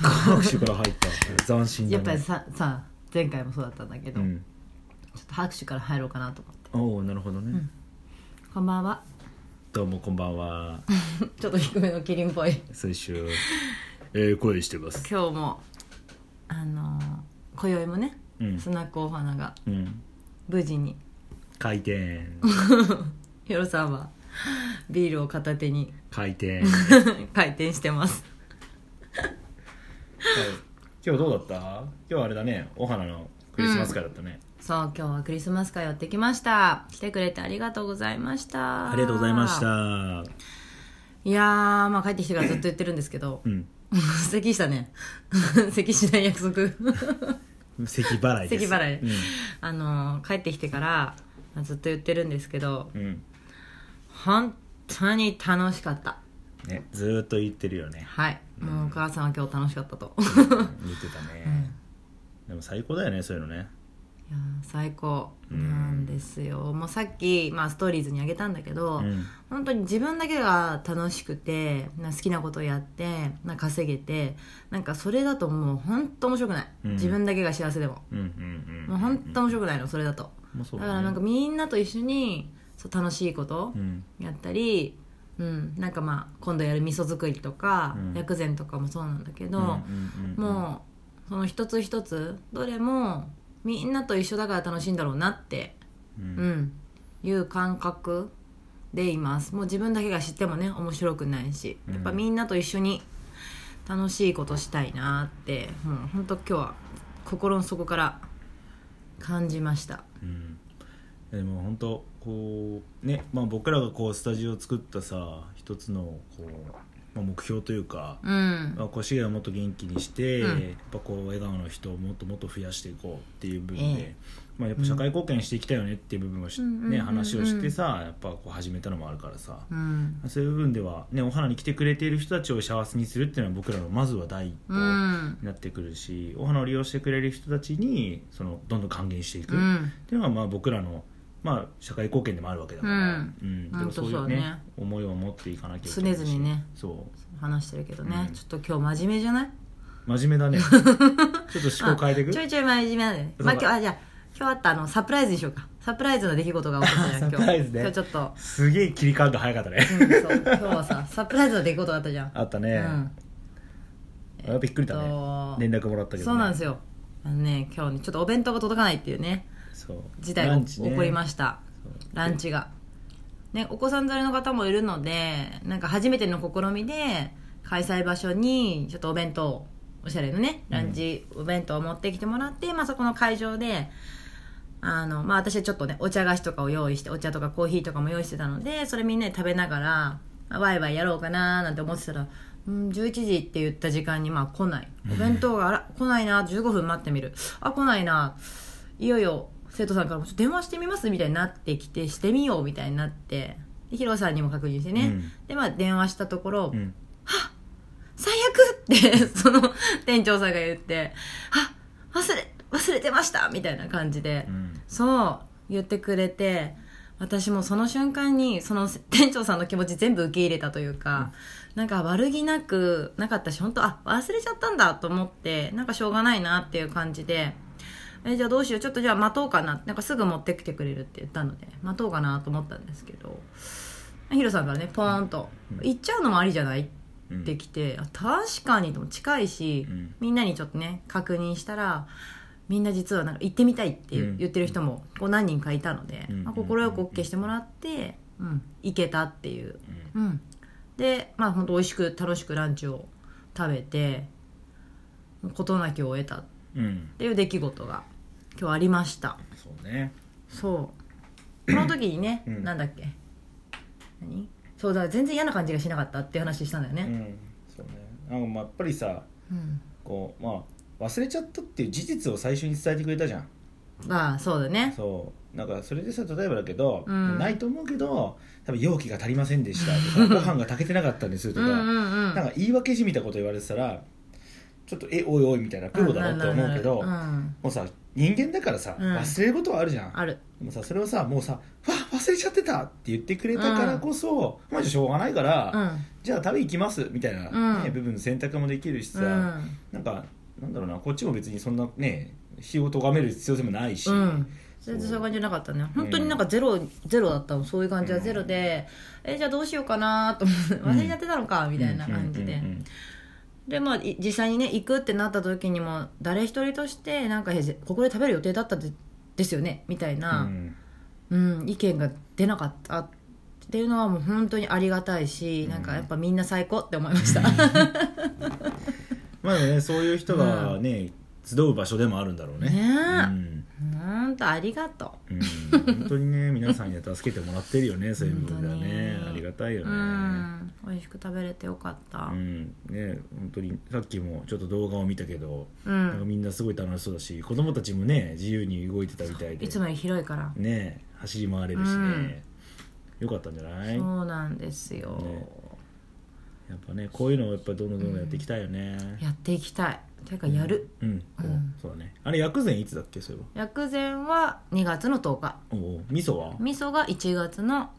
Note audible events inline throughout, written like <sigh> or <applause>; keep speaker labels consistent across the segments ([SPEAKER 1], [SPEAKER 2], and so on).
[SPEAKER 1] 拍手から入った斬新だ
[SPEAKER 2] やっぱり
[SPEAKER 1] ね
[SPEAKER 2] ささ前回もそうだったんだけ
[SPEAKER 1] う
[SPEAKER 2] ど、
[SPEAKER 1] ん
[SPEAKER 2] ちょっと拍手から入ろうかなと思って
[SPEAKER 1] おおなるほどね、
[SPEAKER 2] んこんばんは
[SPEAKER 1] どうもこんばんは
[SPEAKER 2] ちょっと低めのキリンっぽい
[SPEAKER 1] 最終 <laughs> えー、声してます
[SPEAKER 2] 今日もあのー今宵もね、
[SPEAKER 1] うん
[SPEAKER 2] スナックお花が
[SPEAKER 1] うん
[SPEAKER 2] 無事に
[SPEAKER 1] 回転
[SPEAKER 2] ヒロさんはビールを片手に <laughs>
[SPEAKER 1] 回転
[SPEAKER 2] 回転してます
[SPEAKER 1] 今日どうだった今日はあれだねお花のクリスマス会だったね、
[SPEAKER 2] そう今日はクリスマス会やってきました来てくれてありがとうございました
[SPEAKER 1] ありがとうございました
[SPEAKER 2] いやーまあ帰ってきてからずっと言ってるんですけど
[SPEAKER 1] うん
[SPEAKER 2] <laughs> 咳したね咳し <laughs> ない約束
[SPEAKER 1] 咳払いです
[SPEAKER 2] 咳払い
[SPEAKER 1] うん
[SPEAKER 2] あのー帰ってきてからまあずっと言ってるんですけど
[SPEAKER 1] うん
[SPEAKER 2] 本当に楽しかった
[SPEAKER 1] ね、ずーっと言ってるよ
[SPEAKER 2] <laughs>
[SPEAKER 1] ね、
[SPEAKER 2] はいもうお母さんは今日楽しかったと
[SPEAKER 1] うん言ってたね、でも最高だよねそういうのね
[SPEAKER 2] いやー最高
[SPEAKER 1] うん
[SPEAKER 2] なんですよもうさっき、まあ、ストーリーズにあげたんだけど、
[SPEAKER 1] うん
[SPEAKER 2] 本当に自分だけが楽しくてな好きなことをやってな稼げてなんかそれだともう本当面白くない、
[SPEAKER 1] うん
[SPEAKER 2] 自分だけが幸せでも
[SPEAKER 1] うんうんうん
[SPEAKER 2] もう本当面白くないのそれだと
[SPEAKER 1] もうそう
[SPEAKER 2] だ
[SPEAKER 1] だ,、
[SPEAKER 2] か
[SPEAKER 1] ね、
[SPEAKER 2] らなんかみんなと一緒にそう楽しいこと
[SPEAKER 1] うん
[SPEAKER 2] やったり、うん、なんかまあ今度やる味噌作りとか、
[SPEAKER 1] うん
[SPEAKER 2] 薬膳とかもそうなんだけど、
[SPEAKER 1] うんうんうん
[SPEAKER 2] もうその一つ一つどれもみんなと一緒だから楽しいんだろうなって、
[SPEAKER 1] う
[SPEAKER 2] うんん、いう感覚でいますもう自分だけが知ってもね面白くないし
[SPEAKER 1] うん
[SPEAKER 2] やっぱみんなと一緒に楽しいことしたいなってもう本当今日は心の底から感じました
[SPEAKER 1] うんでも本当こうね、まあ、僕らがこうスタジオを作ったさ一つのこう、まあ、目標というか、
[SPEAKER 2] うん
[SPEAKER 1] まあ、こう資源をもっと元気にして、
[SPEAKER 2] うん
[SPEAKER 1] やっぱこう笑顔の人をもっともっと増やしていこうっていう部分で、
[SPEAKER 2] ええ
[SPEAKER 1] まあ、やっぱ社会貢献していきたいよねっていう部分をし、
[SPEAKER 2] うんうんうんうん
[SPEAKER 1] ね、話をしてさやっぱこう始めたのもあるからさ、
[SPEAKER 2] うん
[SPEAKER 1] そういう部分では、ね、お花に来てくれている人たちを幸せにするっていうのは僕らのまずは第一歩
[SPEAKER 2] う
[SPEAKER 1] に
[SPEAKER 2] ん
[SPEAKER 1] なってくるし、お花を利用してくれる人たちにそのどんどん還元していく。
[SPEAKER 2] うん
[SPEAKER 1] っていうのはまあ僕らの、まあ、社会貢献でもあるわけだから、
[SPEAKER 2] うん
[SPEAKER 1] んでもそうい
[SPEAKER 2] ほ
[SPEAKER 1] うん
[SPEAKER 2] とそうだ
[SPEAKER 1] ね
[SPEAKER 2] ね
[SPEAKER 1] 思いを持っていかなきゃいけないし
[SPEAKER 2] 常々ね
[SPEAKER 1] そう
[SPEAKER 2] 話してるけどね、
[SPEAKER 1] うん
[SPEAKER 2] ちょっと今日真面目じゃない
[SPEAKER 1] 真面目だ
[SPEAKER 2] <laughs>
[SPEAKER 1] ねちょっと思考変えていく
[SPEAKER 2] あちょいちょい真面目なんだよね
[SPEAKER 1] そう
[SPEAKER 2] まあ今日あじゃあ今日あったあのサプライズにしようかサプライズの出来事が起こったじゃん
[SPEAKER 1] サプライズね
[SPEAKER 2] 今日今日ちょっと、
[SPEAKER 1] すげえ切り替わるの早かった
[SPEAKER 2] <laughs>
[SPEAKER 1] ね
[SPEAKER 2] うん、そう今日はさサプライズの出来事があったじゃん
[SPEAKER 1] あったね、あびっくりだ
[SPEAKER 2] えっ
[SPEAKER 1] ね
[SPEAKER 2] と
[SPEAKER 1] 連絡もらったけど、ね、
[SPEAKER 2] そうなんですよあのね今日ねちょっとお弁当が届かないっていうね
[SPEAKER 1] そう
[SPEAKER 2] 事態
[SPEAKER 1] ラ
[SPEAKER 2] が
[SPEAKER 1] ンチ
[SPEAKER 2] 起
[SPEAKER 1] ね
[SPEAKER 2] こりました
[SPEAKER 1] そう
[SPEAKER 2] ランチが、ね、お子さん連れの方もいるのでなんか初めての試みで開催場所にちょっとお弁当おしゃれのねランチお弁当を持ってきてもらって、まあ、そこの会場であの、まあ、私はちょっとねお茶菓子とかを用意してお茶とかコーヒーとかも用意してたのでそれみんなで食べながらまあワイワイやろうかななんて思ってたら、うん、11時って言った時間にまあ来ないお弁当があら来ないな15分待ってみるあ来ないないよいよ生徒さんからもちょっと電話してみますみたいになってきてしてみようみたいになってでヒロさんにも確認してね、
[SPEAKER 1] うん
[SPEAKER 2] でまあ電話したところ、
[SPEAKER 1] うん
[SPEAKER 2] 最悪って <laughs> その店長さんが言ってあ忘れ忘れてましたみたいな感じで、
[SPEAKER 1] うん
[SPEAKER 2] そう言ってくれて私もその瞬間にその店長さんの気持ち全部受け入れたというか、なんか悪気なくなかったし本当あ忘れちゃったんだと思ってなんかしょうがないなっていう感じでえじゃあどうしようちょっとじゃあ待とうかななんかすぐ持ってきてくれるって言ったので待とうかなと思ったんですけどヒロさんからねポーンと、
[SPEAKER 1] うん
[SPEAKER 2] 行っちゃうのもありじゃない
[SPEAKER 1] うん
[SPEAKER 2] できて、あ確かにとも近いし、
[SPEAKER 1] うん
[SPEAKER 2] みんなにちょっとね確認したらみんな実はなんか行ってみたいっていう
[SPEAKER 1] うん
[SPEAKER 2] 言ってる人もこう何人かいたので快、
[SPEAKER 1] うん
[SPEAKER 2] まあ、快く OK してもらって、うん、行けたっていう、うん、でまあ本当美味しく楽しくランチを食べて事なきを得たっ
[SPEAKER 1] うん、うん、
[SPEAKER 2] ていう出来事が今日ありました
[SPEAKER 1] そうね
[SPEAKER 2] そうこの時にね、
[SPEAKER 1] うん
[SPEAKER 2] なんだっけ何そうだ全然嫌な感じがしなかったっていう話したんだよ
[SPEAKER 1] う
[SPEAKER 2] ね、
[SPEAKER 1] んそうねなんかまあやっぱりさ
[SPEAKER 2] うん
[SPEAKER 1] こうまあ忘れちゃったっていう事実を最初に伝えてくれたじゃん
[SPEAKER 2] ああそうだね
[SPEAKER 1] そうなんかそれでさ例えばだけど、
[SPEAKER 2] うん
[SPEAKER 1] ないと思うけど多分容器が足りませんで
[SPEAKER 2] <laughs>
[SPEAKER 1] したとかご飯が炊けてなかったんですと
[SPEAKER 2] う
[SPEAKER 1] か、
[SPEAKER 2] んうんうん
[SPEAKER 1] なんか言い訳じみたこと言われてたらちょっとえおいおいみたいなプロだなって思うけど、
[SPEAKER 2] んん
[SPEAKER 1] もうさ人間だからさ、
[SPEAKER 2] うん
[SPEAKER 1] 忘れることはあるじゃん
[SPEAKER 2] ある
[SPEAKER 1] でもさそれをさもうさわ忘れちゃってたって言ってくれたからこそ、まあじゃあしょうがないから、
[SPEAKER 2] うん
[SPEAKER 1] じゃあ旅行きますみたいな、
[SPEAKER 2] うん
[SPEAKER 1] ね部分の選択もできるしさ、
[SPEAKER 2] うん
[SPEAKER 1] なんかなんだろうなこっちも別にそんなね日を咎める必要性もないし、
[SPEAKER 2] うん全然そういう感じじゃなかったね本当になんかゼロ、ゼロだったのそういう感じはゼロで、えじゃあどうしようかなと思って忘れちゃってたのかみたいな感じで、
[SPEAKER 1] うんうんうん
[SPEAKER 2] でまあい実際にね行くってなった時にも誰一人としてなんかえぜここで食べる予定だったでですよねみたいな、うん意見が出なかったっていうのはもう本当にありがたいし、なんかやっぱみんな最高って思いました、
[SPEAKER 1] まあでもねそういう人がね、集う場所でもあるんだろうね
[SPEAKER 2] ねえ
[SPEAKER 1] うん
[SPEAKER 2] <laughs> 本当ありがと
[SPEAKER 1] うん本当にね皆さんには助けてもらってる
[SPEAKER 2] <laughs>
[SPEAKER 1] よねそういう部分ではね
[SPEAKER 2] 本当に
[SPEAKER 1] ありがたいよ
[SPEAKER 2] う、
[SPEAKER 1] ね、
[SPEAKER 2] うん美味しく食べれてよかった
[SPEAKER 1] うんね本当にさっきもちょっと動画を見たけど、
[SPEAKER 2] う
[SPEAKER 1] なんか
[SPEAKER 2] ん、
[SPEAKER 1] みんなすごい楽しそうだし子供たちもね自由に動いてたみたいで
[SPEAKER 2] いつもより広いから、
[SPEAKER 1] ね走り回れるしね、よかったんじゃないや
[SPEAKER 2] そうなんですよ、
[SPEAKER 1] ねっぱねこういうのをやっぱどんどんどんどんやっていきたいよね、
[SPEAKER 2] やっていきたいていうかやる、
[SPEAKER 1] うん、こう
[SPEAKER 2] うん
[SPEAKER 1] そうだねあれ薬膳いつだっけそういえば
[SPEAKER 2] 薬膳は2月の10日
[SPEAKER 1] おうおう味噌は
[SPEAKER 2] 味噌が1月の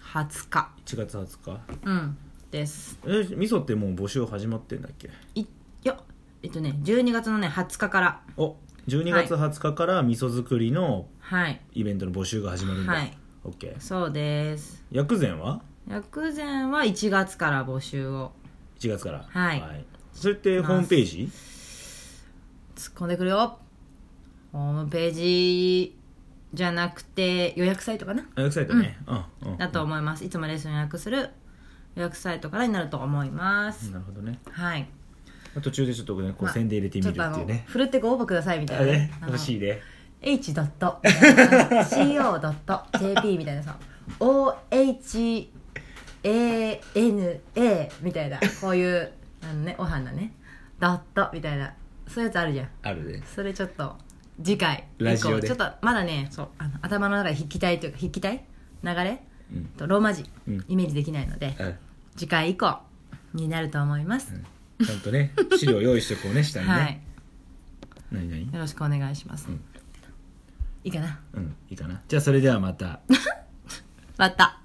[SPEAKER 2] 20日
[SPEAKER 1] 1月20日
[SPEAKER 2] うんです
[SPEAKER 1] え味噌ってもう募集始まってんだっけ
[SPEAKER 2] いいやえっとね12月のね20日から
[SPEAKER 1] お12月20日から味噌作りの
[SPEAKER 2] はい
[SPEAKER 1] イベントの募集が始まるんだ、
[SPEAKER 2] はい
[SPEAKER 1] オッケー
[SPEAKER 2] そうです
[SPEAKER 1] 薬膳は
[SPEAKER 2] 薬膳は1月から募集を
[SPEAKER 1] 1月から
[SPEAKER 2] はい
[SPEAKER 1] それってホームページ
[SPEAKER 2] 突っ込んでくるよホームページじゃなくて予約サイトかな
[SPEAKER 1] あ予約サイトねうん、うん
[SPEAKER 2] だと思いますいつもレッスン予約する予約サイトからになると思います、
[SPEAKER 1] なるほどね
[SPEAKER 2] はい
[SPEAKER 1] 途中でちょっとねこう
[SPEAKER 2] まあ
[SPEAKER 1] 宣伝入れてみ
[SPEAKER 2] ち
[SPEAKER 1] る
[SPEAKER 2] ょ
[SPEAKER 1] っ
[SPEAKER 2] ってとあ
[SPEAKER 1] いう
[SPEAKER 2] の
[SPEAKER 1] ね、
[SPEAKER 2] 振るってご応募くださいみた
[SPEAKER 1] あ
[SPEAKER 2] いな
[SPEAKER 1] れ
[SPEAKER 2] あの
[SPEAKER 1] 欲しいね <laughs>
[SPEAKER 2] h.co.jp みたいなさ OHANA みたいなこういうあのねお花ねドットみたいなそういうやつあるじゃん
[SPEAKER 1] あるね
[SPEAKER 2] それちょっと次回
[SPEAKER 1] ラジオで
[SPEAKER 2] 以降ちょっとまだねそうあの頭の中で筆記体というか筆記体流れ、
[SPEAKER 1] うん
[SPEAKER 2] とローマ字、
[SPEAKER 1] うん
[SPEAKER 2] イメージできないので
[SPEAKER 1] うん
[SPEAKER 2] 次回以降になると思います、
[SPEAKER 1] ちゃんとね資料用意してこうね下にね、
[SPEAKER 2] はい
[SPEAKER 1] 何何
[SPEAKER 2] よろしくお願いします、
[SPEAKER 1] ん
[SPEAKER 2] いいかな
[SPEAKER 1] うんいいかなじゃあそれではまた
[SPEAKER 2] また